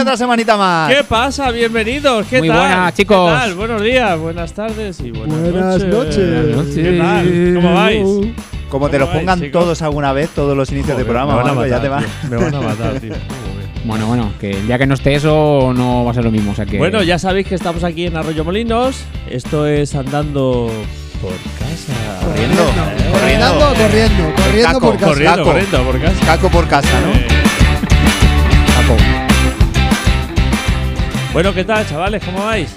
otra semanita más. ¿Qué pasa? Bienvenidos. ¿Qué Muy tal? buenas, chicos. ¿Qué tal? Buenos días, buenas tardes y buenas, Buenas noches. Buenas noches. ¿Qué tal? ¿Cómo vais? Como te lo ¿Cómo vais, pongan chicos? todos alguna vez, todos los inicios de Joder, Este programa, me van a Manolo, ya te va. matar, tío. Me van a matar, tío. Joder. Bueno, bueno, que el día que no esté eso no va a ser lo mismo. O sea que. Bueno, ya sabéis que estamos aquí en Arroyo Molinos. Esto es andando por casa. Corriendo, Eh, corriendo. Corriendo, corriendo, corriendo Caco, por casa. Corriendo, Caco. corriendo por casa. Caco por casa, ¿no? Eh, Caco. Bueno, ¿qué tal, chavales? ¿Cómo vais?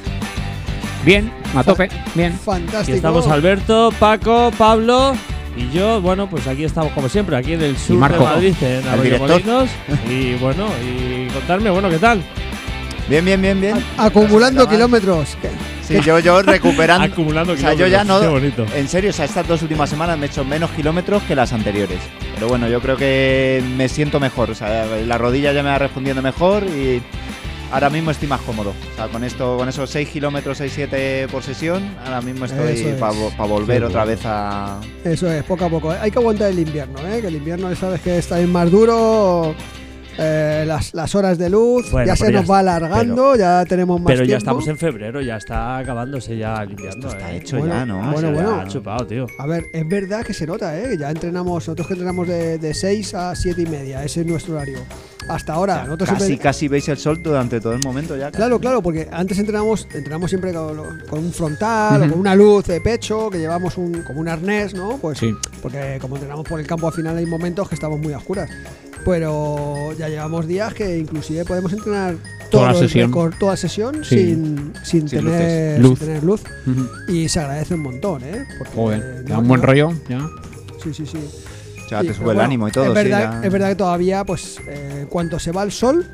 Bien, a tope, bien. Aquí Fantástico. estamos Alberto, Paco, Pablo y yo. Bueno, pues aquí estamos como siempre, aquí en el sur Marco. de Madrid, en Arroyo director. Molinos. Y bueno, y contarme, bueno, ¿qué tal? Bien, bien, bien, bien. A- Nada acumulando más. kilómetros. Que- Sí, yo, yo recuperando. Acumulando o sea, yo ya no. kilómetros. Qué bonito. En serio, o sea, estas dos últimas semanas me he hecho menos kilómetros que las anteriores. Pero bueno, yo creo que me siento mejor. O sea, la rodilla ya me va respondiendo mejor y ahora mismo estoy más cómodo. O sea, con esto, con esos 6 kilómetros, 6, 7 por sesión, ahora mismo estoy Eso es. para volver Qué otra bueno. vez a. Eso es, poco a poco. Hay que aguantar el invierno, ¿eh? que el invierno sabes que está bien más duro. eh, las, las horas de luz Bueno, ya se pero ya nos va está. alargando, ya tenemos más Pero ya tiempo. estamos en febrero, ya está acabándose ya el invierno. Está eh. hecho Bueno, ya, ¿no? bueno, O sea, bueno. Ha chupado, tío. A ver, es verdad que se nota, ¿eh? Ya entrenamos, nosotros que entrenamos de, de 6 a 7 y media, ese es nuestro horario. Hasta ahora, nosotros casi, siempre- casi veis el sol durante todo el momento ya. Claro, claro, porque antes entrenamos, entrenamos siempre con, lo- con un frontal o con una luz de pecho, que llevamos un, como un arnés, ¿no? Pues Sí. porque como entrenamos por el campo al final hay momentos que estamos muy a oscuras. Pero ya llevamos días que inclusive podemos entrenar Toda todo el sesión. récord, toda sesión Sí. sin, sin, Sin luces. tener, Luz. sin tener luz. Ujú. Y se agradece un montón, ¿eh? Porque, eh, Joder, no- da un buen no- rollo. Ya. Sí, sí, sí. O sea, te sube Sí, pero el bueno, ánimo y todo. Es sí, verdad, ya. es verdad que todavía, pues, eh, cuando se va el sol,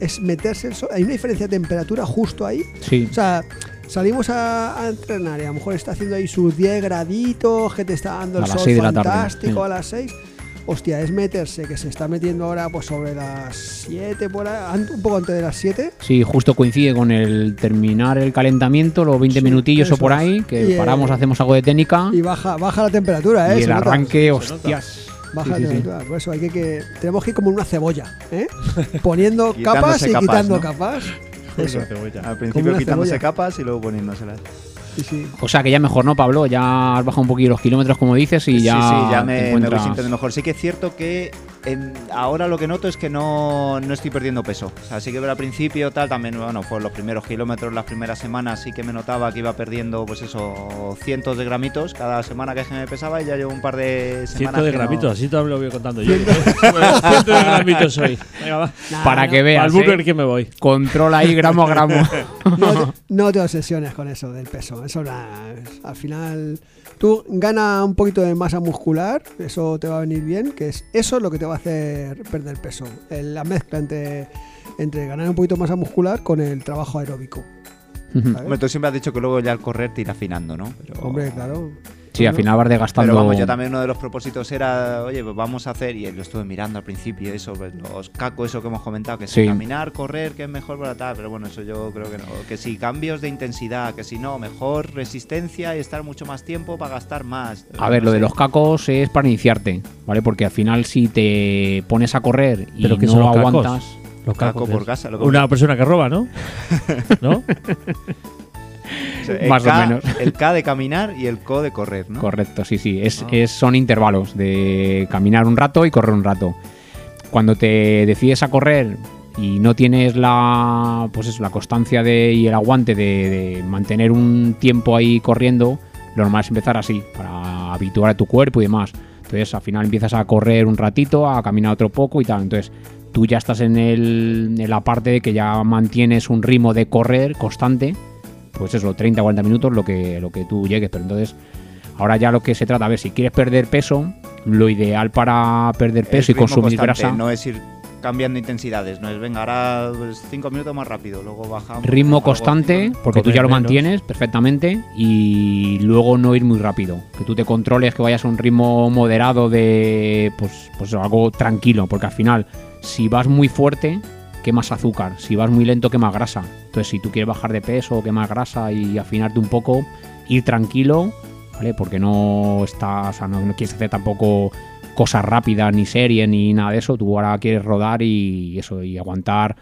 es meterse el sol. Hay una diferencia de temperatura justo ahí. Sí. O sea, salimos a, a entrenar y a lo mejor está haciendo ahí sus 10 graditos, que te está dando el A las sol seis de la tarde, fantástico sí. a las 6. Hostia, es meterse, que se está metiendo ahora pues sobre las 7, por ahí, an- un poco antes de las 7. Sí, justo coincide con el terminar el calentamiento, los 20 Sí, minutillos o eso por es. ahí, que Y, eh, paramos, hacemos algo de técnica Y baja, baja la temperatura, ¿eh? y Se el nota. arranque, se nota. hostias. Baja Sí, la sí, sí. temperatura. Por eso hay que, que- tenemos que ir como una cebolla, ¿eh? Poniendo capas Quitándose y capas, quitando ¿no? capas. Eso. Una cebolla. Al principio una quitándose cebolla. capas y luego poniéndoselas. Sí, sí. O sea que ya mejor, ¿no, Pablo? Ya has bajado un poquillo los kilómetros, como dices, y ya. sí, sí, ya te me, me voy encuentras- sintiendo mejor. Sí que es cierto que en- ahora lo que noto es que no, no estoy perdiendo peso. O sea, sí que al principio tal, también, bueno, fue los primeros kilómetros, las primeras semanas sí que me notaba que iba perdiendo, pues eso, cientos de gramitos cada semana que me pesaba y ya llevo un par de semanas. Ciento de que no- gramitos, así también lo voy contando yo. Ciento de gramitos hoy. Venga, va. Para que Ah, Al veas. Burger ¿eh? que me voy. Controla ahí gramo a gramo. No te, no te obsesiones con eso del peso. Eso na- al final tú gana un poquito de masa muscular, eso te va a venir bien, que es eso es lo que te va a hacer perder peso. El- La mezcla entre entre ganar un poquito de masa muscular con el trabajo aeróbico. Mm, ¿sabes? Hombre, tú siempre has dicho que luego ya al correr te irá afinando, ¿no? Pero- Oh. Hombre, claro. sí, al final vas desgastando. Pero vamos, yo también uno de los propósitos era, oye, pues vamos a hacer, y lo estuve mirando al principio, eso, pues, los cacos, eso que hemos comentado, que Sí. si caminar, correr, que es mejor para tal, pero bueno, eso yo creo que no. Que si cambios de intensidad, que si no, mejor resistencia y estar mucho más tiempo para gastar más. A ver, No lo de sé. los cacos es para iniciarte, ¿vale? Porque al final si te pones a correr y ¿Pero qué no son los cacos? aguantas... Los Caco cacos. por casa, lo que- Una persona que roba, ¿no? ¿No? O sea, el más o K- menos. El K de caminar y el CO de correr, ¿no? Correcto, sí, sí. Es, Ah. es- son intervalos de caminar un rato y correr un rato. Cuando te decides a correr y no tienes la, pues eso, la constancia de, y el aguante de, de mantener un tiempo ahí corriendo, lo normal es empezar así, para habituar a tu cuerpo y demás. Entonces al final empiezas a correr un ratito, a caminar otro poco y tal. Entonces tú ya estás en, el, en la parte de que ya mantienes un ritmo de correr constante. Pues eso, 30, 40 minutos, lo que, lo que tú llegues. Pero entonces Ahora ya lo que se trata, a ver, si quieres perder peso, lo ideal para perder El peso y ritmo consumir constante, grasa, No es ir cambiando intensidades, no es, venga, ahora pues, cinco minutos más rápido, luego bajamos. ritmo luego constante, cinco- porque tú Comer ya lo menos. mantienes perfectamente, y luego no ir muy rápido, que tú te controles, que vayas a un ritmo moderado de, pues, pues algo tranquilo, porque al final, si vas muy fuerte, quemas azúcar, si vas muy lento, quemas grasa. Entonces, si tú quieres bajar de peso, quemas grasa y afinarte un poco, ir tranquilo, ¿vale? Porque no estás, o sea, no, no quieres hacer tampoco cosas rápidas, ni series, ni nada de eso. Tú ahora quieres rodar y eso, y aguantar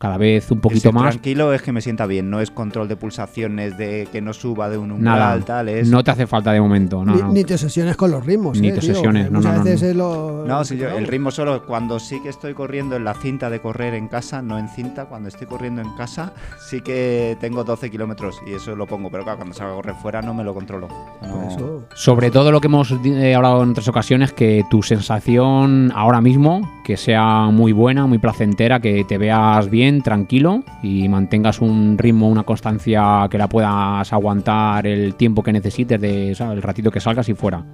cada vez un Ese poquito más. Tranquilo es que me sienta bien, no es control de pulsaciones, de que no suba de un umbral, Nada, tal, es... no te hace falta de momento. No, ni, no. ni te sesiones con los ritmos. Ni eh, te tío, que sesiones, no, muchas no, no, veces no. es lo- No, si yo, el ritmo solo, cuando sí que estoy corriendo en la cinta de correr en casa, no en cinta, cuando estoy corriendo en casa, sí que tengo 12 kilómetros y eso lo pongo, pero claro, cuando salgo a correr fuera no me lo controlo. Por No. eso. Sobre todo lo que hemos eh, hablado en otras ocasiones, que tu sensación ahora mismo, que sea muy buena, muy placentera, que te veas bien, tranquilo y mantengas un ritmo, una constancia que la puedas aguantar el tiempo que necesites, de, o sea, el ratito que salgas y fuera.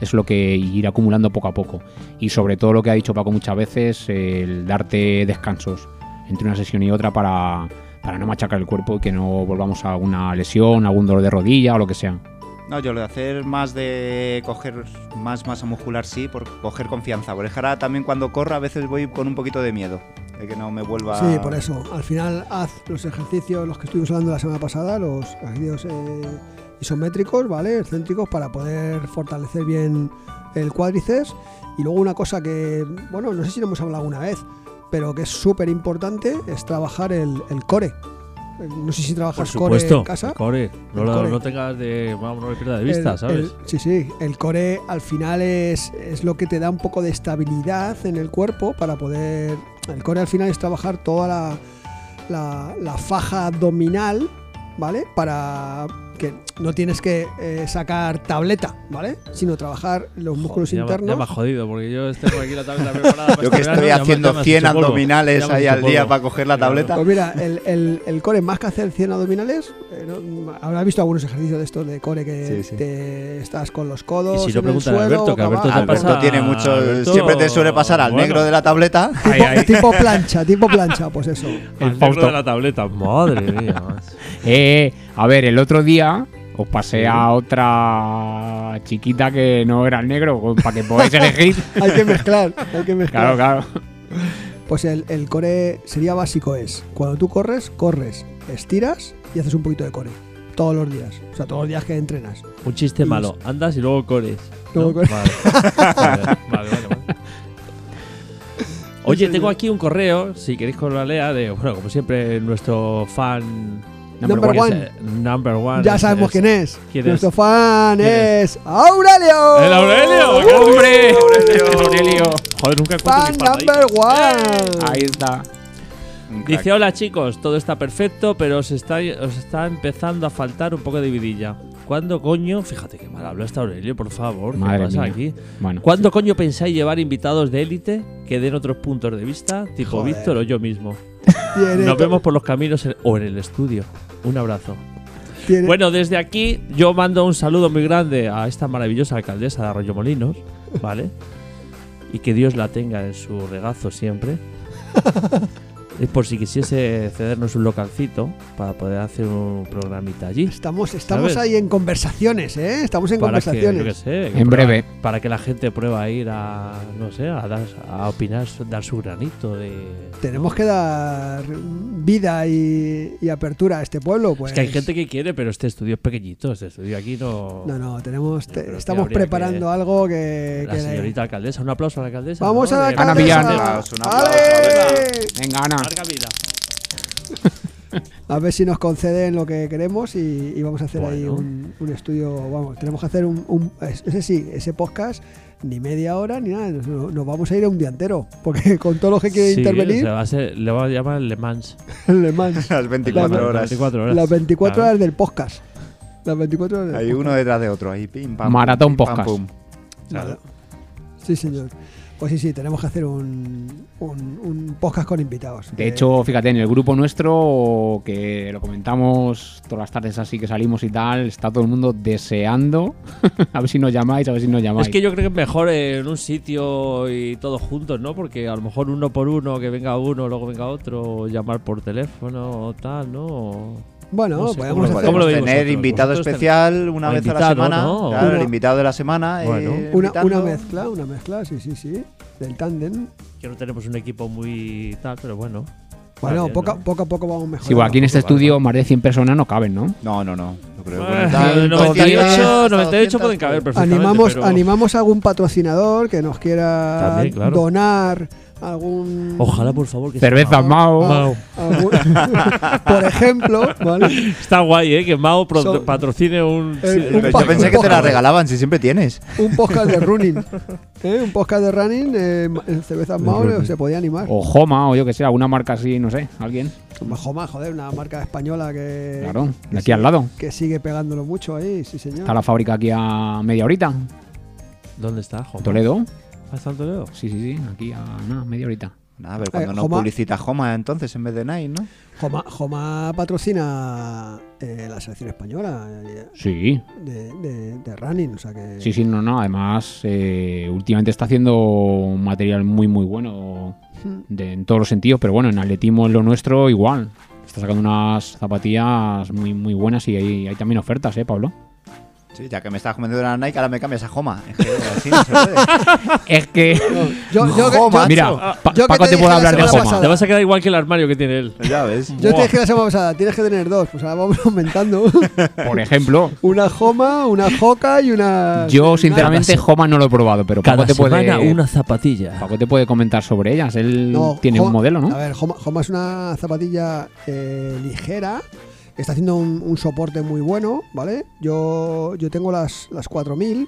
Es lo que ir acumulando poco a poco. Y sobre todo lo que ha dicho Paco muchas veces, el darte descansos entre una sesión y otra para, para no machacar el cuerpo y que no volvamos a alguna lesión, algún dolor de rodilla o lo que sea. No, yo lo de hacer más de coger más masa muscular sí, por coger confianza. Porque ahora también cuando corro a veces voy con un poquito de miedo, de que no me vuelva... Sí, por eso. Al final haz los ejercicios, los que estuvimos hablando la semana pasada, los ejercicios eh, isométricos, ¿vale? Excéntricos para poder fortalecer bien el cuádriceps. Y luego una cosa que, bueno, no sé si lo hemos hablado alguna vez, pero que es súper importante es trabajar el, el core. Eh, No sé si Por trabajas core supuesto, en casa. el core. No, El lo- core. no tengas de. Vamos, no le pierdas de vista, El- ¿sabes? el- sí, sí. El core al final es, es lo que te da un poco de estabilidad en el cuerpo para poder. El core al final es trabajar toda la, la- la faja abdominal, ¿vale? Para que no tienes que eh, sacar tableta, ¿vale? Sino trabajar los músculos Joder, ya me- Ya internos. me ha jodido, porque yo tengo aquí la tabla preparada. para Yo que este estoy verano, ya me- ya me haciendo has 100 hecho polvo. abdominales Ya me has ahí hecho al día polvo. para coger la Claro. tableta. Pues mira, el, el- el core, más que hacer 100 abdominales, eh, no- habrás visto algunos ejercicios de estos de core que Sí, sí. te estás con los codos. Y si no, en el pregúntale a suelo, Alberto, que boca Alberto te abajo. Alberto pasa- tiene mucho... Alberto, Siempre te suele pasar al bueno. negro de la tableta. Ay, ay. tipo plancha, tipo plancha, pues eso. El Al negro Fausto. de la tableta. Madre mía. macho. Eh, a ver, el otro día os pasé a otra chiquita que no era el negro, pues, para que podáis elegir. Hay que mezclar, hay que Claro, mezclar. claro. Pues el, el core sería básico es, cuando tú corres, corres, estiras y haces un poquito de core. Todos los días, o sea, todos los días que entrenas. Un chiste Y- malo. Andas y luego cores. Luego cores. Vale. vale, vale, vale, vale. Oye, tengo aquí un correo, si queréis con la lea, de, bueno, como siempre, nuestro fan Number one. es, eh, number one. ya es- sabemos es- quién es. ¿Quién Nuestro es? fan ¿Quién es Aurelio. Uh, ¡El Aurelio! ¡Qué ¡Hombre! Aurelio. Aurelio. Joder, nunca encuentro ¡Oh! Fan mi palmadita. number one. Ahí está. Un crack. Dice, hola chicos, todo está perfecto, pero os está, os está empezando a faltar un poco de vidilla. ¿Cuándo coño? Fíjate que mal habla esta Aurelio, por favor. ¿Qué Madre pasa mía. aquí? Bueno, ¿Cuándo coño pensáis llevar invitados de élite que den otros puntos de vista, tipo Joder. Víctor o yo mismo? Tiene- Nos vemos por los caminos en- o en el estudio. Un abrazo. tiene- Bueno, desde aquí yo mando un saludo muy grande a esta maravillosa alcaldesa de Arroyo Molinos, ¿vale? Y que Dios la tenga en su regazo siempre. Es por si quisiese cedernos un localcito para poder hacer un programita allí. Estamos, estamos ¿Sabes? ahí en conversaciones, ¿eh? Estamos en Para que, yo conversaciones. qué sé, que En prueba- breve. Para que la gente prueba a ir a, no sé, a, dar, a opinar, dar su granito de... Tenemos que dar vida y, y apertura a este pueblo. Pues. Es que hay gente que quiere, pero este estudio es pequeñito, este estudio aquí no... No, no, tenemos, te- Pero que estamos habría preparando que- algo que... La que- señorita alcaldesa, un aplauso a la alcaldesa. Vamos ¿no? a la De- Ana alcaldesa. Villar. Un aplauso, ¡Ale! venga, Ana. Larga vida. A ver si nos conceden lo que queremos y, y vamos a hacer ahí Bueno. un, un estudio. Vamos, tenemos que hacer un, un- Ese sí, ese podcast, ni media hora ni nada. Nos, nos vamos a ir a un día entero. Porque con todos los que quieren Sí, intervenir, o sea, va a ser- le vamos a llamar Le Mans. Le Mans, Las 24 horas. 24 horas. las 24 Claro. horas del podcast. Las 24 horas del Hay uno detrás de otro, ahí pim, pam. Maratón pim, pam, podcast. pum. Nada. Sí, señor. Pues sí, sí, tenemos que hacer un, un, un podcast con invitados. De Eh, hecho, fíjate, en el grupo nuestro, que lo comentamos todas las tardes así que salimos y tal, está todo el mundo deseando. a ver si nos llamáis, a ver si nos llamáis. Es que yo creo que es mejor en un sitio y todos juntos, ¿no? Porque a lo mejor uno por uno, que venga uno, luego venga otro, o llamar por teléfono o tal, ¿no? O- bueno, no sé, podemos lo- hacer cómo lo veis tener vosotros? invitado Vosotros ten- especial una o vez a la invitado, semana. ¿no? Claro, Una- el invitado de la semana. eh, Bueno. Una- una, invitando. una mezcla, una mezcla, sí, sí, sí, del tándem. Que no tenemos un equipo muy tal, pero bueno. Bueno, Gracias, poco, a- ¿no? poco a poco vamos mejorando. Sí, bueno, aquí en este Vale, estudio más de 100 personas no caben, ¿no? No, no, no. Lo creo. Ah, Con el tal- 98, 200, 98 200, pueden caber pues. perfectamente. animamos, pero- animamos a algún patrocinador que nos quiera También, claro. donar algún. Ojalá, por favor, que Cerveza Mao. Mao. algún- por ejemplo, ¿vale? Está guay, ¿eh? Que Mao pro- So- patrocine un. Eh, sí, un pero Pero Yo pensé que te la regalaban, si siempre tienes. un podcast de running. ¿eh? Un podcast de running eh, en cervezas Mao running. se podía animar. O Joma, o yo que sé, alguna marca así, no sé, alguien. Joma, joder, una marca española que, Claro, de aquí al lado. que sigue pegándolo mucho ahí, sí señor. Está la fábrica aquí a media horita. ¿Dónde está, Joma? Toledo. Ah, está en Toledo? Sí, sí, sí, aquí a nada, media horita. Nada, a ver, cuando Eh, no Joma. publicitas Joma entonces en vez de Nike, ¿no? Joma, Joma patrocina eh, la selección española eh, Sí, de, de- de running, o sea que sí, sí, no, no. Además, eh, últimamente está haciendo un material muy, muy bueno de- en todos los sentidos, pero bueno, en atletismo en lo nuestro igual. Está sacando unas zapatillas muy, muy buenas y hay, hay también ofertas, ¿eh, Pablo? Sí, ya que me estabas comentando de la Nike, ahora me cambias a Joma. Es que así no se puede. Es que. yo, yo que- Joma. yo- Mira, Pa- yo que Paco te te, puede dije la hablar de semana Joma. pasada. Te vas a quedar igual que el armario que tiene él. Ya ves. yo te dije la semana pasada, tienes que tener dos, pues ahora vamos aumentando. Por ejemplo, una Joma, una Joca y una... yo sinceramente Joma no lo he probado, pero Paco Cada te semana puede. una zapatilla. Paco te puede comentar sobre ellas. Él No, tiene Joma- un modelo, A ¿no? ver, Joma, Joma es una zapatilla eh, ligera. Está haciendo un, un soporte muy bueno, ¿vale? Yo, yo tengo las, las 4000.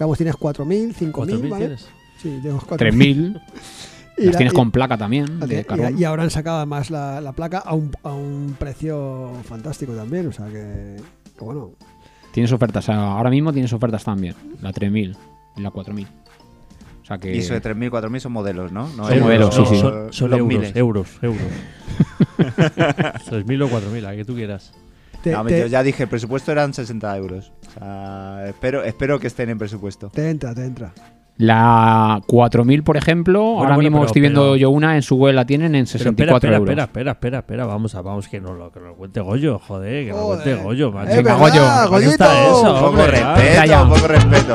Veamos, tienes 4000, 5000, 4.000 ¿vale? tienes. Sí, tengo 4000. 3000. Y Las la- tienes y- con placa también, la- de y- carbón. y habrán sacado además la, la placa a un, a un precio fantástico también. O sea que, que bueno. Tienes ofertas, ahora mismo tienes ofertas también. La 3000 y la 4000. O sea que. Y eso de 3.000, 4.000 son modelos, ¿no? No Son euros, modelos, no, sí, sí. Son, son los euros, miles. euros, euros. 3.000 o 4.000, la que tú quieras. Te, No, te- yo ya dije, el presupuesto eran 60 euros. O sea, espero, espero que estén en presupuesto. te entra, te entra. La 4000, por ejemplo, ahora bueno, mismo pero- estoy viendo pero- yo una, en su web la tienen en Pero 64 espera, espera, euros. espera, espera, espera, espera, vamos a, vamos, que nos lo, que nos lo cuente Goyo, joder, que nos lo cuente Joder. Goyo, Es macho. Venga, verdad, Goyo, ¿dónde está Goyito. eso? Poco hombre, ya. respeto, Ya, ya. poco respeto.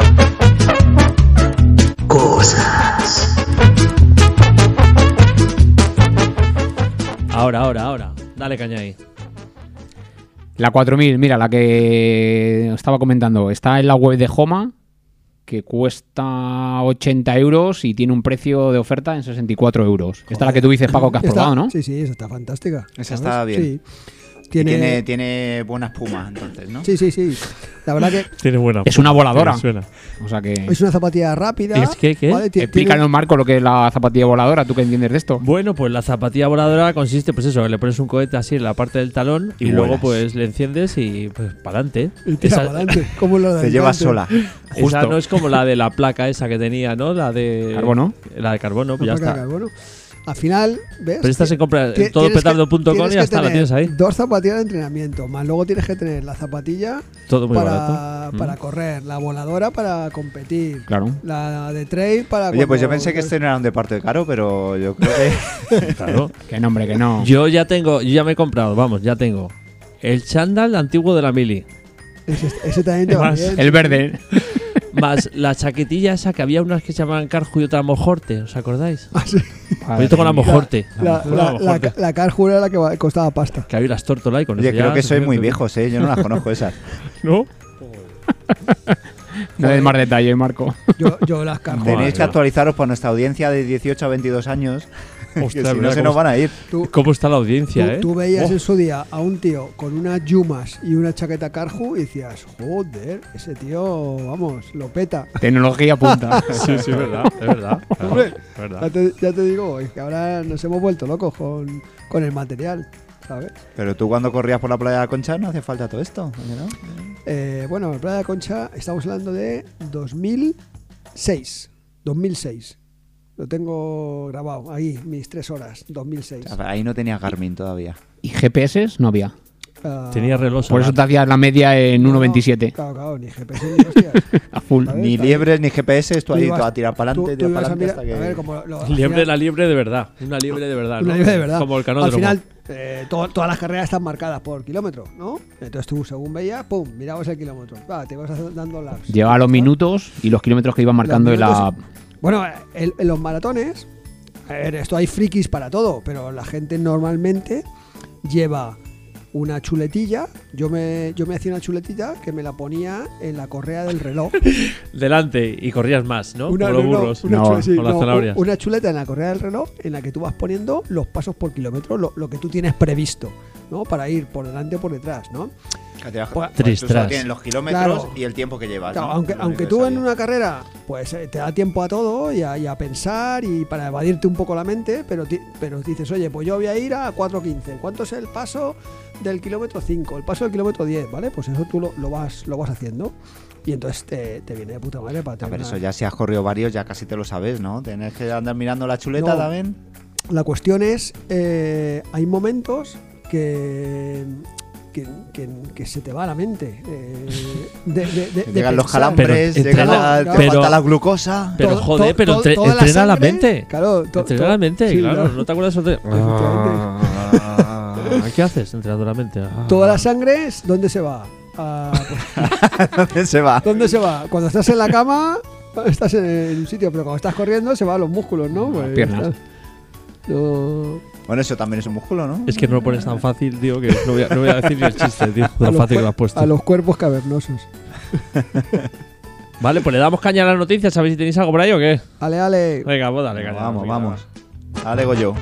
Ahora, ahora, ahora. Dale caña ahí. La 4000, mira, la que estaba comentando, está en la web de Homa, que cuesta 80 euros y tiene un precio de oferta en 64 euros. Esta es la que tú dices, Paco, que has Está- probado, ¿no? Sí, sí, esa está fantástica. Esa está bien. Sí. Y Tiene, Tiene, tiene buena espuma, entonces, ¿no? Sí, sí, sí. La verdad que Tiene buena. Es una voladora. Suena. O sea que. Es una zapatilla rápida. ¿Es qué, qué? Ti- Explícanos, Marco, lo que es la zapatilla voladora, tú que entiendes de esto. Bueno, pues la zapatilla voladora consiste, pues eso, que le pones un cohete así en la parte del talón y, Y luego vuelas. pues le enciendes y pues para adelante. tiene- y tira pa'lante, como lo Te del llevas Dante. sola. Esa Justo. no es como la de la placa esa que tenía, ¿no? La de Carbono. La de carbono, La pues ya placa de está. carbono. Al final, ¿ves? Pero esta se compra Ti- en todopetardo.com tienes y que ya está, la tener tienes ahí. Dos zapatillas de entrenamiento, más luego tienes que tener la zapatilla Todo muy barato. para, para Mm. correr, la voladora para competir, Claro. la de trail para. Oye, pues Ah, cuando- yo pensé que este no era un departo de caro, pero yo creo que. Claro. Que no, hombre, que no. Mm. Yo ya tengo, yo ya me he comprado, vamos, ya tengo. El chándal antiguo de la mili. Ese, ese también te va Más- bien. El verde. Más la chaquetilla esa que había unas que se llamaban Carju y otra Mojorte, ¿os acordáis? Ah, sí. Pues yo tengo la Mojorte. La, Mojorte, la, la, Mojorte. la Carhartt era la que va- costaba pasta. Que había las tórtolas y con Oye, eso creo ya que se soy muy pierde. viejos, ¿eh? Yo no las conozco esas. ¿No? No des más detalles, Marco. Yo, yo las Carhartt. Tenéis que mía. actualizaros para nuestra audiencia de 18 a 22 años. que Ostras, si mira no se cómo nos van a ir. Tú- ¿Cómo está la audiencia, Tú, eh? tú veías Oh, en su día a un tío con unas yumas y una chaqueta Carhu y decías, joder, ese tío, vamos, lo peta. Tecnología punta. Sí, sí, es verdad, es verdad. claro, Hombre. es Ya verdad. te, ya te digo, es que ahora nos hemos vuelto locos con, con el material, ¿sabes? Pero tú cuando corrías por la playa de la Concha no hacía falta todo esto, ¿no? Eh, bueno, en Playa de Concha estamos hablando de 2006. 2006. Lo tengo grabado ahí, mis tres horas, 2006. O sea, Ahí no tenía Garmin todavía. ¿Y GPS? No había. Ah, Tenía reloj Por eso solar. te hacías la media en no, 1.27. Claro, claro, ni GPS ni hostias. A full. Vale. Ni está bien. liebres, ni GPS, tú Tú ahí ibas- te vas a tirar para Tú- adelante, tú tirar para ibas a adelante hasta mirar- a ver, que. como lo- al Liebre, final- la liebre de verdad. Una liebre de verdad. Una ¿no? lluvia de verdad. Como el Al canódromo. final, eh, to- todas las carreras están marcadas por kilómetro, ¿no? Entonces tú, según veías, pum, mirabas el kilómetro. Va, te vas haciendo- dando laps. Llevaba los minutos y los kilómetros que iban marcando en la. Bueno, eh, el- en los maratones, a ver, esto hay frikis para todo, pero la gente normalmente lleva una chuletilla. Yo me, yo me hacía una chuletilla que me la ponía en la correa del reloj. Delante y corrías más, ¿no? Una, Como los no, no, burros. una No, chule- sí, con las no, zanahorias. una chuleta en la correa del reloj en la que tú vas poniendo los pasos por kilómetro, lo, lo que tú tienes previsto, ¿no? Para ir por delante o por detrás, ¿no? Que te baja- Pues, pues, tú solo tristras. tienes los kilómetros Claro. y el tiempo que llevas. Claro, ¿no? aunque Es lo aunque único que tú en sabía. una carrera, pues eh, te da tiempo a todo y a, y a pensar y para evadirte un poco la mente, pero, ti- pero dices, oye, pues yo voy a ir a 4.15. ¿Cuánto es el paso del kilómetro 5? El paso del kilómetro 10, ¿vale? Pues eso tú lo, lo vas, lo vas haciendo y entonces te, te viene de puta madre para A ver, tener eso ya si has corrido varios, ya casi te lo sabes, ¿no? Tienes que andar mirando la chuleta No. también. La cuestión es, eh, hay momentos que, que, que- que se te va la mente. eh, de- de- de- de Llegan los pensar. calambres, Pero llega la, entrena- te pero- falta la glucosa. Pero Todo- joder, to- pero to- entre- toda la entrena la, sangre, mente. Claro, to- entrena to- la mente, sí, claro. la- No, te acuerdas eso de- Efectivamente. Ah, ¿Qué haces entrenando la mente? Ah. Toda la sangre, es- ¿dónde se va? Ah, pues, ¿Dónde se va? ¿Dónde se va? Cuando estás en la cama, estás en un sitio, pero cuando estás corriendo, se va a los músculos, ¿no? Pues, Las piernas. no, Bueno, eso también es un músculo, ¿no? Es que no lo pones tan fácil, tío, que no voy a, no voy a decir ni el chiste, tío. de a Lo los fácil que cuer- lo has puesto. a los cuerpos cavernosos. Vale, pues le damos caña a las noticias, a ver si tenéis algo por ahí o qué. Ale, ale. Venga, vos dale caña. Vamos, venga, vamos. Alego yo.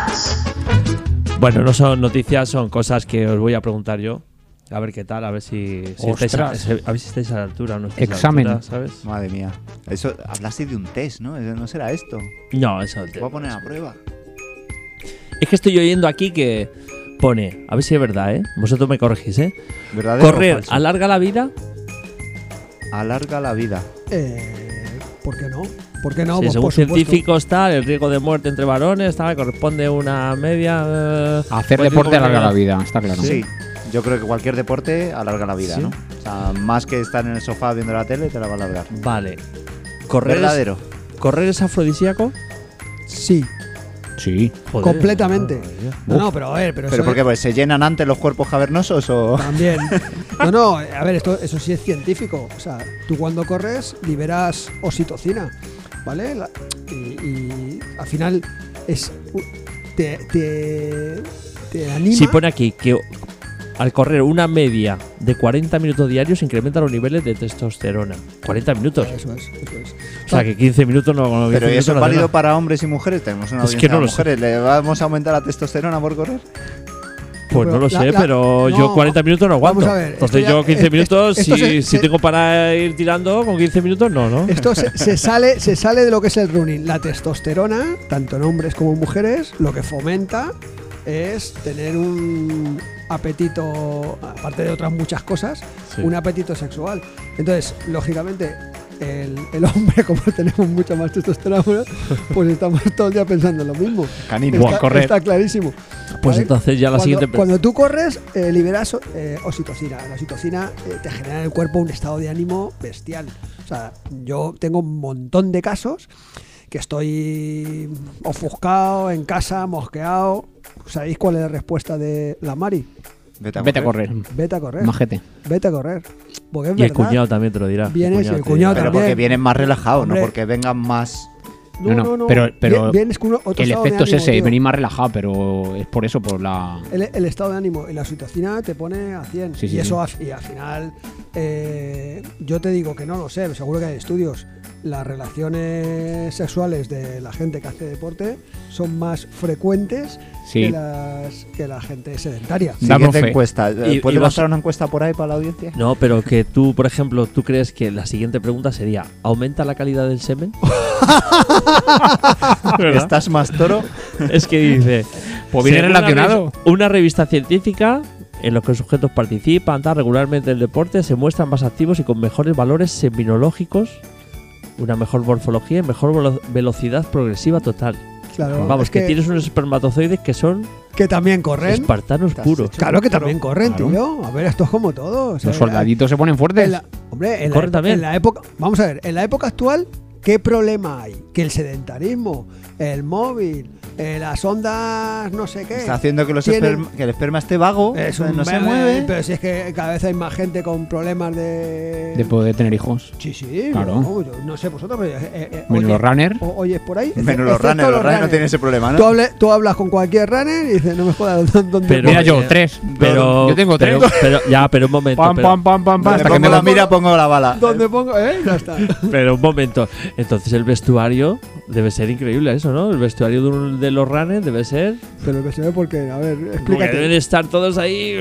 va. Bueno, no son noticias, son cosas que os voy a preguntar yo. A ver qué tal, a ver si, si estáis, a, Ostras. a ver si estáis a la altura o no estáis a la Examen. altura, ¿sabes? Madre mía. Eso, hablaste de un test, ¿no? Eso- No será esto. No, eso. Te voy a poner a prueba. Es que estoy oyendo aquí que pone, a ver si es verdad, ¿eh? Vosotros me corregís, ¿eh? ¿Verdadero o Correr falso? alarga la vida. Alarga la vida. Eh, ¿Por qué no? ¿Por qué no? Sí, Pues, según por supuesto. científicos, tal, el riesgo de muerte entre varones, tal, corresponde una media. eh, Hacer cualquier deporte alarga la cosa. vida, está claro. Sí. Yo creo que cualquier deporte alarga la vida, Sí. ¿no? O sea, más que estar en el sofá viendo la tele, te la va a alargar. Vale. Correr es, ¿Verdadero? correr es afrodisíaco. Sí. Sí. Joder, Completamente. madre mía. No, no, pero a ver, pero, ¿Pero eso por qué? Pues, ¿Se llenan antes los cuerpos cavernosos o...? También. No, no, a ver, esto, eso sí es científico. O sea, tú cuando corres liberas oxitocina, ¿vale? La- y, y al final es. Te, te, te anima. Si pone aquí que al correr una media de 40 minutos diarios incrementan los niveles de testosterona. 40 minutos. Eso es, eso es. O sea que 15 minutos no. no, 15 Pero ¿y minutos eso es no hace válido nada. para hombres y mujeres? Tenemos una Es que audiencia no de lo sé. mujeres. ¿Le vamos a aumentar la testosterona por correr? Pues no lo La- sé, la- pero no, yo 40 minutos no aguanto. vamos a ver, Entonces esto ya- yo 15 esto- minutos, esto si, se- si se- tengo para ir tirando con 15 minutos, no, ¿no? Esto se, se sale, se sale de lo que es el running. La testosterona, tanto en hombres como en mujeres, lo que fomenta es tener un apetito, aparte de otras muchas cosas, Sí. un apetito sexual. Entonces, lógicamente, el, el hombre, como tenemos mucha más testosterona, pues estamos todo el día pensando en lo mismo. Canino. Buah, Está, correr. está clarísimo. Pues ¿Vale? entonces ya la cuando, siguiente. cuando tú corres, eh, liberas eh, oxitocina. La oxitocina eh, te genera en el cuerpo un estado de ánimo bestial. O sea, yo tengo un montón de casos que estoy ofuscado, en casa, mosqueado. ¿Sabéis cuál es la respuesta de la Mari? Vete a correr. Vete a correr. Majete. Vete a correr. Porque es Y el verdad. cuñado también te lo dirá. Vienes y el te cuñado dirá. Pero porque también. vienen más relajados, no Hombre. porque vengan más... No, no, pero- Vie- pero vienes con otro El estado de efecto es ánimo, ese, tío. venir más relajado, pero es por eso, por la. El, el estado de ánimo y la oxitocina te pone a 100. Sí, sí, y eso af- y al final, eh, yo te digo que no lo sé, seguro que hay estudios. Las relaciones sexuales de la gente que hace deporte son más frecuentes Sí. que, las, que la gente sedentaria. Damos Siguiente fe. encuesta. Y- y ¿Puede vas- pasar una encuesta por ahí para la audiencia? No, pero que tú, por ejemplo, tú crees que la siguiente pregunta sería: ¿aumenta la calidad del semen? ¿Verdad? ¿Estás más toro? Es que dice. Pues viene según una relacionado. revi- Una, revista científica en la que los sujetos participan tal, regularmente en el deporte se muestran más activos y con mejores valores seminológicos, una mejor morfología y mejor velo- velocidad progresiva total. Claro, Vamos, es que, tienes unos espermatozoides que son que también corren. espartanos Te has puros. hecho- Claro que también corren, Claro. tío. A ver, esto es como todo. o sea, Los soldaditos se ponen en fuertes. la- hombre, en la, Corre epo- también. en la época, vamos a ver, en la época actual, ¿qué problema hay? Que el sedentarismo, el móvil, eh, las ondas no sé qué. Está haciendo que, los Tienen- esperma- que el esperma esté vago, Es o sea, un no se bebé, mueve. Pero si es que cada vez hay más gente con problemas de. de poder tener hijos. Sí, sí, Claro. no, yo no sé vosotros, pero. eh, eh, eh, Menos oye- los runner. o- oyes por ahí. Menos excepto los runners, los runners no runners. tienen ese problema, ¿no? Tú, hable- tú hablas con cualquier runner y dices, no me jodas, ¿dó- ¿dónde? Pero- Mira yo, eh, tres. Pero. Yo tengo tres. pero, pero- ya, pero un momento. Pam, pero, pam, pam, pam, pam. Donde Hasta que pongo me la lo mira, pongo la bala. ¿Dónde pongo? Eh, ya está. pero un momento. Entonces el vestuario debe ser increíble, eso, ¿no? El vestuario de, un- de los runners debe ser. Pero que se ve porque, a ver, Porque deben explícate. estar todos ahí.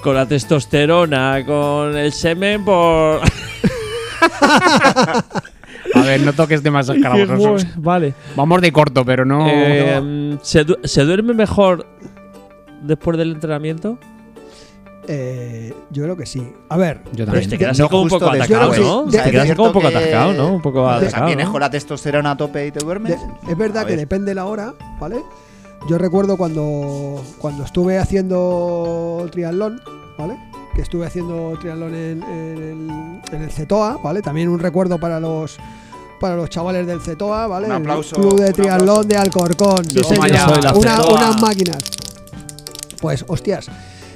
Con la testosterona, con el semen por. A ver, no toques demasiado escarabajosos. vale. Vamos de corto, pero no. Eh, ¿se, du- se duerme mejor después del entrenamiento? Eh, yo creo que sí. A ver, yo Pero este también. te quedas No así como un justo poco después. atacado, Yo ¿no? creo que sí. Te Es quedas así como un poco cierto que- atacado, ¿no? Un poco O sea, atacado. vienes ¿no? con la testosterona a tope y te de- duermes. es verdad A que ver. depende la hora, ¿vale? Yo recuerdo cuando, cuando estuve haciendo triatlón, ¿vale? Que estuve haciendo triatlón en, en el, en el CETOA, ¿vale? También un recuerdo para los para los chavales del CETOA, ¿vale? Un El aplauso, Club un de triatlón aplauso. de Alcorcón. Sí, Yo señor. soy la Una- CETOA. unas máquinas. Pues, hostias,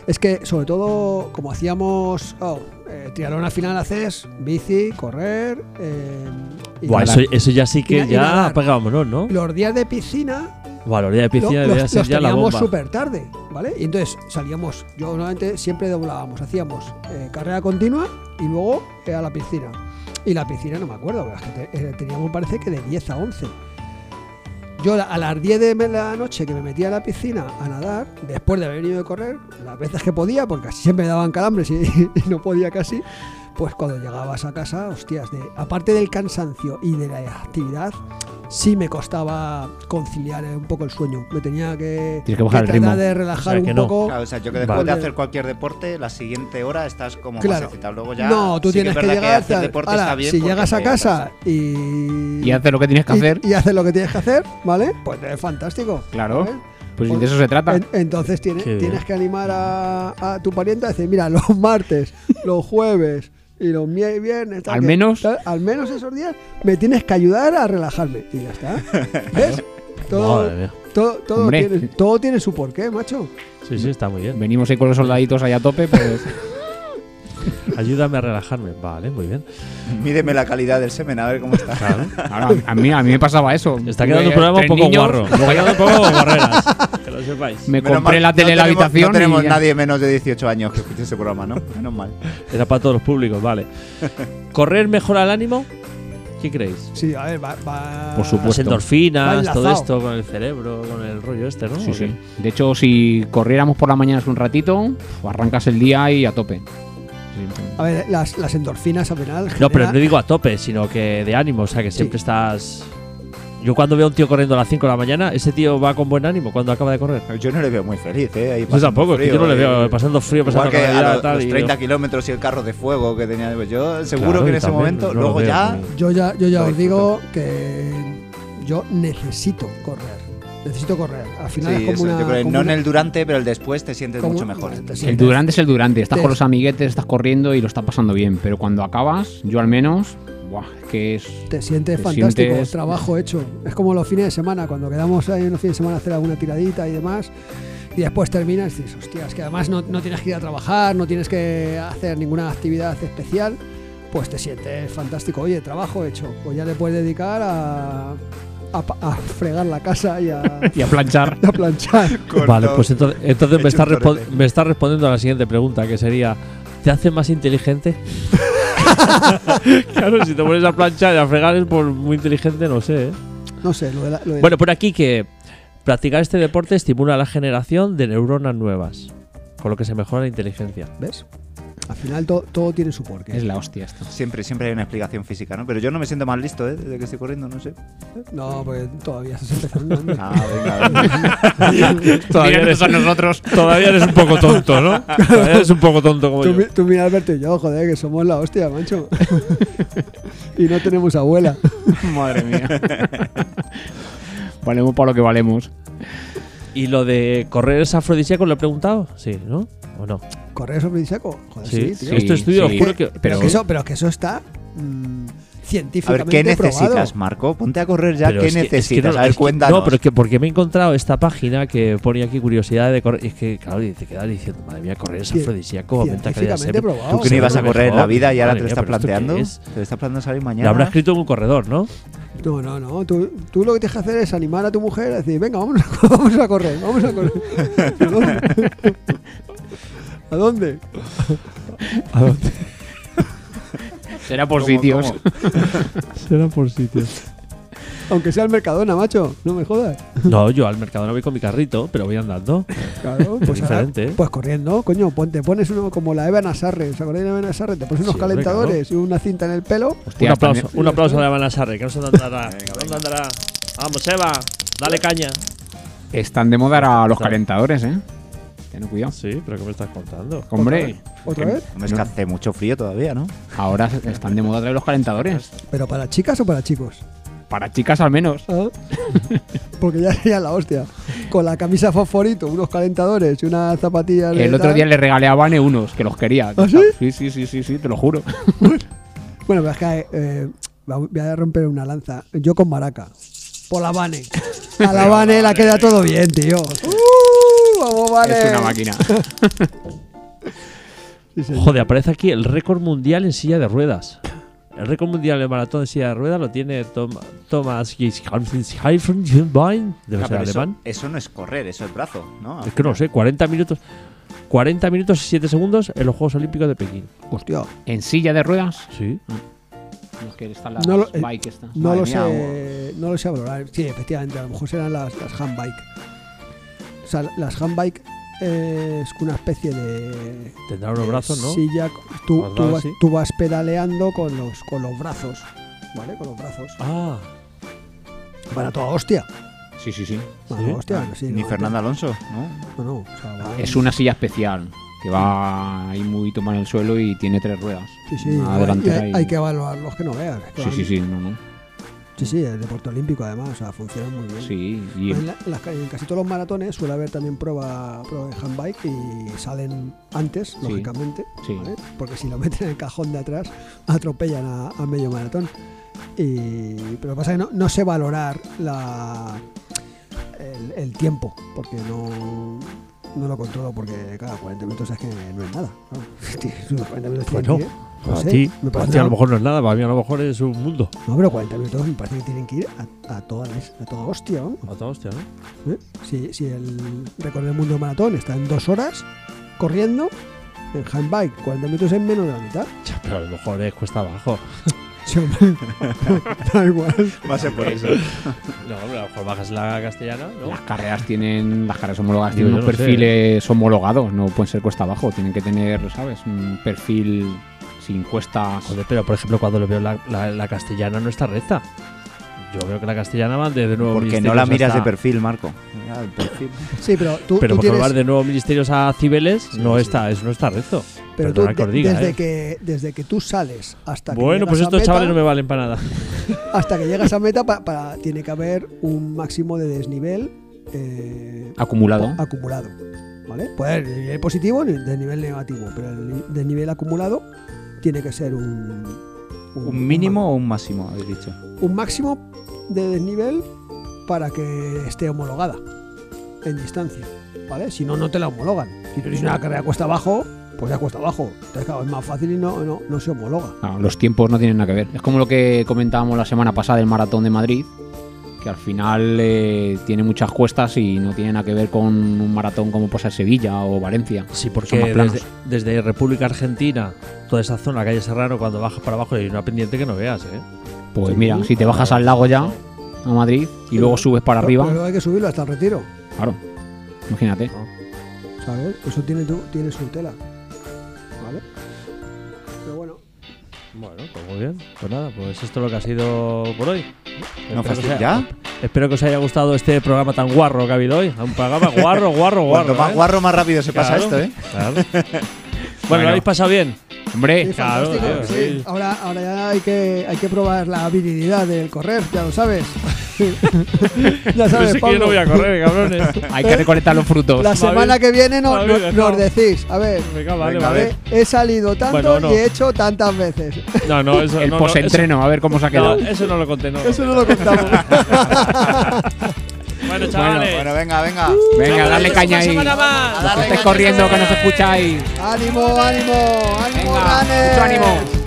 es que sobre todo como hacíamos... Oh, eh, triatlón al final haces bici, correr... eh, y Buah, nadar. eso, eso ya sí Y que na- y ya nadar. apagámonos, ¿no? Los días de piscina Valoría de lo- piscina los, debería ser los ya la teníamos bomba. súper tarde, ¿vale? Y entonces salíamos, yo normalmente siempre doblábamos, hacíamos eh, carrera continua y luego eh, a la piscina. Y la piscina no me acuerdo, pero es que te- eh, teníamos parece que de 10 a 11. Yo la- a las 10 de la noche que me metía a la piscina a nadar, después de haber venido de correr, las veces que podía, porque así siempre me daban calambres y, y no podía casi, pues cuando llegabas a casa, hostias, de, aparte del cansancio y de la actividad, sí me costaba conciliar un poco el sueño. Me tenía que, Tienes que bajar el tratar ritmo. de relajar O sea, que un no. poco. Claro, o sea, yo que después Vale. de hacer cualquier deporte, la siguiente hora estás como Claro. más excitado. Luego ya. no, tú sí tienes es que, verdad llegar. hacer tal. deporte Ahora, está bien si porque llegas a te- casa y. Y haces lo que tienes que y- hacer. y haces lo que tienes que hacer, ¿vale? Pues es fantástico. ¿Eh? Claro. ¿vale? Pues si de eso se trata. En- entonces tiene- Qué bien. tienes que animar a, a tu pariente a decir, mira, los martes, los jueves y los mie- viernes. tal, Al que- menos- tal, al menos esos días me tienes que ayudar a relajarme. Y ya está. ¿Ves? Todo, Madre mía. todo, todo Hombre. tiene, todo tiene su porqué, macho. Sí, sí, está muy bien. Venimos ahí con los soldaditos ahí a tope, pues. Ayúdame a relajarme. Vale, muy bien. Mídeme la calidad del semen, a ver cómo está. Claro. Ahora, a, mí, a mí me pasaba eso. Está Tuve quedando un programa un tres poco niños, guarro. Está quedando un poco guarreras. Que lo sepáis. Me Menos compré mal, la tele en la tenemos- habitación. No tenemos y ya. nadie menos de 18 años que escuche ese programa, ¿no? Menos mal. Era para todos los públicos, vale. ¿Correr mejora el ánimo? ¿Qué creéis? Sí, a ver, va. va- Por Las supuesto. endorfinas, Va todo enlazado. esto con el cerebro, con el rollo este, ¿no? Sí, ¿O sí. qué? De hecho, si corriéramos por las mañanas un ratito, pues arrancas el día y a tope. Sí. A ver, las, las endorfinas al final. No, pero genera- no digo a tope, sino que de ánimo, o sea, que siempre Sí. estás... Yo cuando veo a un tío corriendo a las 5 de la mañana, ese tío va con buen ánimo cuando acaba de correr. Yo no le veo muy feliz, ¿eh? Ahí Yo pasando tampoco, es que frío, yo no le veo eh. pasando frío, pasando Igual que a calor, los, tal, los y- 30 kilómetros y el carro de fuego que tenía. pues Yo seguro Claro, que en yo ese también, momento, no lo luego veo, ya. sí. Yo ya, yo ya Lo os digo disfruto. que yo necesito correr. Necesito correr. Al Sí, final es como eso, una. yo creo que como no en una- el durante, pero el después te sientes como- mucho mejor. te El sientes- durante es el durante. Estás Te- con los amiguetes, estás corriendo y lo estás pasando bien. Pero cuando acabas, yo al menos, buah, es que es. Te sientes Te fantástico, sientes- trabajo hecho. Es como los fines de semana, cuando quedamos ahí unos fines de semana a hacer alguna tiradita y demás, y después terminas y dices, hostia, es que además no, no tienes que ir a trabajar, no tienes que hacer ninguna actividad especial, pues te sientes fantástico. Oye, trabajo hecho, pues ya le puedes dedicar a, a pa- a fregar la casa y a, Y a planchar. a planchar. Vale, Corto. pues entonces, entonces me, Hecho está un torete. respon- me está respondiendo a la siguiente pregunta, que sería, ¿te hace más inteligente? claro, si te pones a planchar y a fregar es por muy inteligente, no sé. ¿eh? No sé, lo de la- lo de- Bueno, por aquí que practicar este deporte estimula la generación de neuronas nuevas, con lo que se mejora la inteligencia. ¿Ves? Al final to- todo tiene su porqué. Es la hostia esta. Siempre, siempre hay una explicación física, ¿no? Pero yo no me siento más listo, ¿eh? Desde que estoy corriendo, no sé. No, pues todavía estás empezando. hombre. Ah, venga, venga. Todavía eres, Directos a nosotros. todavía eres un poco tonto, ¿no? Todavía eres un poco tonto como Tú, yo. mi- tú mira Alberto y yo, joder, que somos la hostia, mancho. y no tenemos abuela. Madre mía. valemos para lo que valemos. ¿Y lo de correr es afrodisíaco lo he preguntado? Sí, ¿no? ¿O no? Correr sobre el saco. Joder, sí, Sí, tío. sí. Esto Este estudio, juro que- Pero, pero que eso, pero que eso está. A mm, ver, científicamente ¿qué necesitas, probado. Marco? Ponte a correr ya, Pero ¿qué es que- es que necesitas? no, a ver, es que- cuéntanos. No, pero es que porque me he encontrado esta página que pone aquí curiosidad de correr. Y es que, claro, y te quedas diciendo, madre mía, correr es Cien- afrodisíaco, aumenta calidad de científicamente semen. probado. Tú que no se ibas ve a correr en mejor. la vida y ahora Madre te lo mía, estás ¿pero esto qué planteando. es? Te lo estás planteando salir Lo mañana. habrá escrito en un corredor, ¿no? No, no, no. Tú, tú lo que tienes que hacer es animar a tu mujer a decir, venga, vamos a, vamos a correr, vamos a correr. ¿A dónde? ¿A dónde? Será por ¿Cómo, sitios. cómo? Será por sitios. Aunque sea el Mercadona, macho. No me jodas. No, yo al mercado no voy con mi carrito, pero voy andando. Claro, pues, ahora- diferente, ¿eh? pues corriendo, coño, pon- te pones uno como la Eva Nazarre, ¿os acordáis de la Eva Nazarre? Te pones unos Sí, hombre, calentadores y una cinta en el pelo. Hostia, un aplauso, también- un aplauso a la Eva Sarre, que no se andará. ¿Dónde andará? Vamos, Eva, dale caña. Están de moda ahora los Claro. calentadores, ¿eh? Ten cuidado. Sí, pero ¿qué me estás contando? Hombre, ¿Otra que- vez? Hombre, es que hace mucho frío todavía, ¿no? ahora están de moda otra vez los calentadores. ¿Pero para chicas o para chicos? Para chicas al menos. ¿Ah? Porque ya sería la hostia. Con la camisa fosforito, unos calentadores y unas zapatillas. de El otro tal. día le regalé a Vane unos que los quería. ¿Ah, sí? sí, sí, sí, sí, sí, te lo juro. Bueno, pero es que eh, voy a romper una lanza. Yo con maraca. Por la Vane. A la Vane la queda todo bien, tío. ¡Uh! ¡Vamos, Vane! Es una máquina. Sí, señor. Joder, aparece aquí el récord mundial en silla de ruedas. El récord mundial en maratón de silla de ruedas lo tiene Tom, Thomas Ah, Gischheim, debe ser pero eso, Ah, alemán. eso no es correr, eso es brazo, ¿no? Es que no lo sé, 40 minutos. 40 minutos y 7 segundos en los Juegos Olímpicos de Pekín. Hostia. ¿En silla de ruedas? Sí. Los que están las No lo- eh, bike estas. No Madre lo, mía, sé, no lo sé valorar. Sí, efectivamente, a lo mejor serán las, las handbike. O sea, las handbike eh, es una especie de. Tendrá unos brazos, ¿no? Silla. Tú, Guardado tú, vas, así. tú vas pedaleando con los, con los brazos. ¿Vale? Con los brazos. Ah, Para toda hostia. Sí, sí, sí. Ah, Para ¿Sí? toda hostia. sí, Ni no, Fernando Alonso, ¿no? No, no, o sea, va- Es una silla especial que va ahí muy tomada en el suelo y tiene tres ruedas. Sí, sí, Una hay- delantera hay, y- hay que evaluar los que no veas. que Sí, van- sí, sí, no, no. Sí, sí, el deporte olímpico además, o sea, funciona muy bien. Pues Sí, y En, la- en las ca- en casi todos los maratones suele haber también prueba, prueba de handbike y salen antes, lógicamente, sí. ¿vale? porque si lo meten en el cajón de atrás atropellan a, a medio maratón. Y, pero lo que pasa es que no, no sé valorar la, el, el tiempo, porque no, no lo controlo, porque cada 40 minutos es que no es nada. ¿no? Tienes unos 40 minutos Bueno, tienen que ir, no a sé, ti. me A parece ti a lo una- mejor no es nada, para mí a lo mejor es un mundo. no, pero 40 minutos me parece que tienen que ir a, a toda, les- a toda hostia. ¿no? A toda hostia, ¿no? ¿Eh? Si, si el récord del mundo de maratón está en dos horas corriendo, en handbike 40 minutos es menos de la mitad. Ya, Pero a lo mejor es cuesta abajo. Sí, hombre. da igual. Va a ser por eso. No, hombre, a lo mejor bajas la castellana, ¿no? Las carreras tienen, las carreras homologadas Digo, tienen yo unos no sé. perfiles homologados, no pueden ser cuesta abajo, tienen que tener, ¿sabes? Un perfil sin cuestas. Joder, pero por ejemplo, cuando lo veo la, la- la castellana no está recta. Yo veo que la castellana va de, de nuevo Porque no Ministerios la miras hasta- de perfil, Marco. Ah, Mira el perfil. Sí, pero tú, Pero tú porque tienes- vas de nuevo ministerios a Cibeles, no sí. está, es, no está recto. pero tú Perdona que de- os diga, desde, ¿eh? que, desde que tú sales hasta que Bueno, llegas pues a estos meta, chavales no me valen para nada. hasta que llegas a meta pa- para- tiene que haber un máximo de desnivel eh, Acumulado. acumulado. ¿Vale? Puede haber nivel positivo ni de nivel negativo, pero el de nivel acumulado tiene que ser un, ¿Un mínimo o un máximo, habéis dicho? un máximo de desnivel para que esté homologada en distancia. ¿Vale? Si no, no te la homologan. Si tú tienes una carrera cuesta abajo, pues ya cuesta abajo. Entonces, claro, es más fácil y no, no, no se homologa. Claro, los tiempos no tienen nada que ver. Es como lo que comentábamos la semana pasada del maratón de Madrid, que al final eh, tiene muchas cuestas y no tiene nada que ver con un maratón como puede ser Sevilla o Valencia. Son Sí, más porque planos. desde, desde República Argentina, toda esa zona, calle Serrano, cuando bajas para abajo hay una pendiente que no veas, ¿eh? Pues mira, si te bajas al lago ya, a Madrid, y luego subes para Pero- arriba, Pero hay que subirlo hasta el retiro. claro, imagínate. ¿Sabes? Eso tiene, tu- tiene su tela. ¿Vale? Pero bueno. Bueno, pues muy bien. Pues nada, pues esto es lo que ha sido por hoy. No, Espero que os pues fastidio- haya- ¿Ya? Espero que os haya gustado este programa tan guarro que ha habido hoy. Un programa guarro, guarro, guarro. Cuanto más ¿eh? guarro, más rápido se pasa esto, Claro, ¿eh? claro. bueno, lo habéis pasado bien. Hombre, Sí, fantástico, claro, sí. tío, sí. Ahora, ahora ya hay que, hay que probar la habilidad del correr, ya lo sabes. ya Yo sabes, sé Pues que yo Pablo. no voy a correr, cabrones. hay que recolectar los frutos. La semana que viene no- Vale, no- venga, nos no. decís, a ver, Venga, vale, Venga, a vale. ver. he, he salido tanto Bueno, no. y he hecho tantas veces. No, no, eso El no, no, eso, posentreno, a ver cómo se ha no, quedado. eso no lo conté, no. Eso no lo contamos. Bueno, chavales. Bueno, venga, venga. Venga, dale caña ahí. Semana más. A darle Estáis caña. corriendo, que nos escucháis. ánimo, ánimo, ánimo, Venga, runners. mucho ánimo.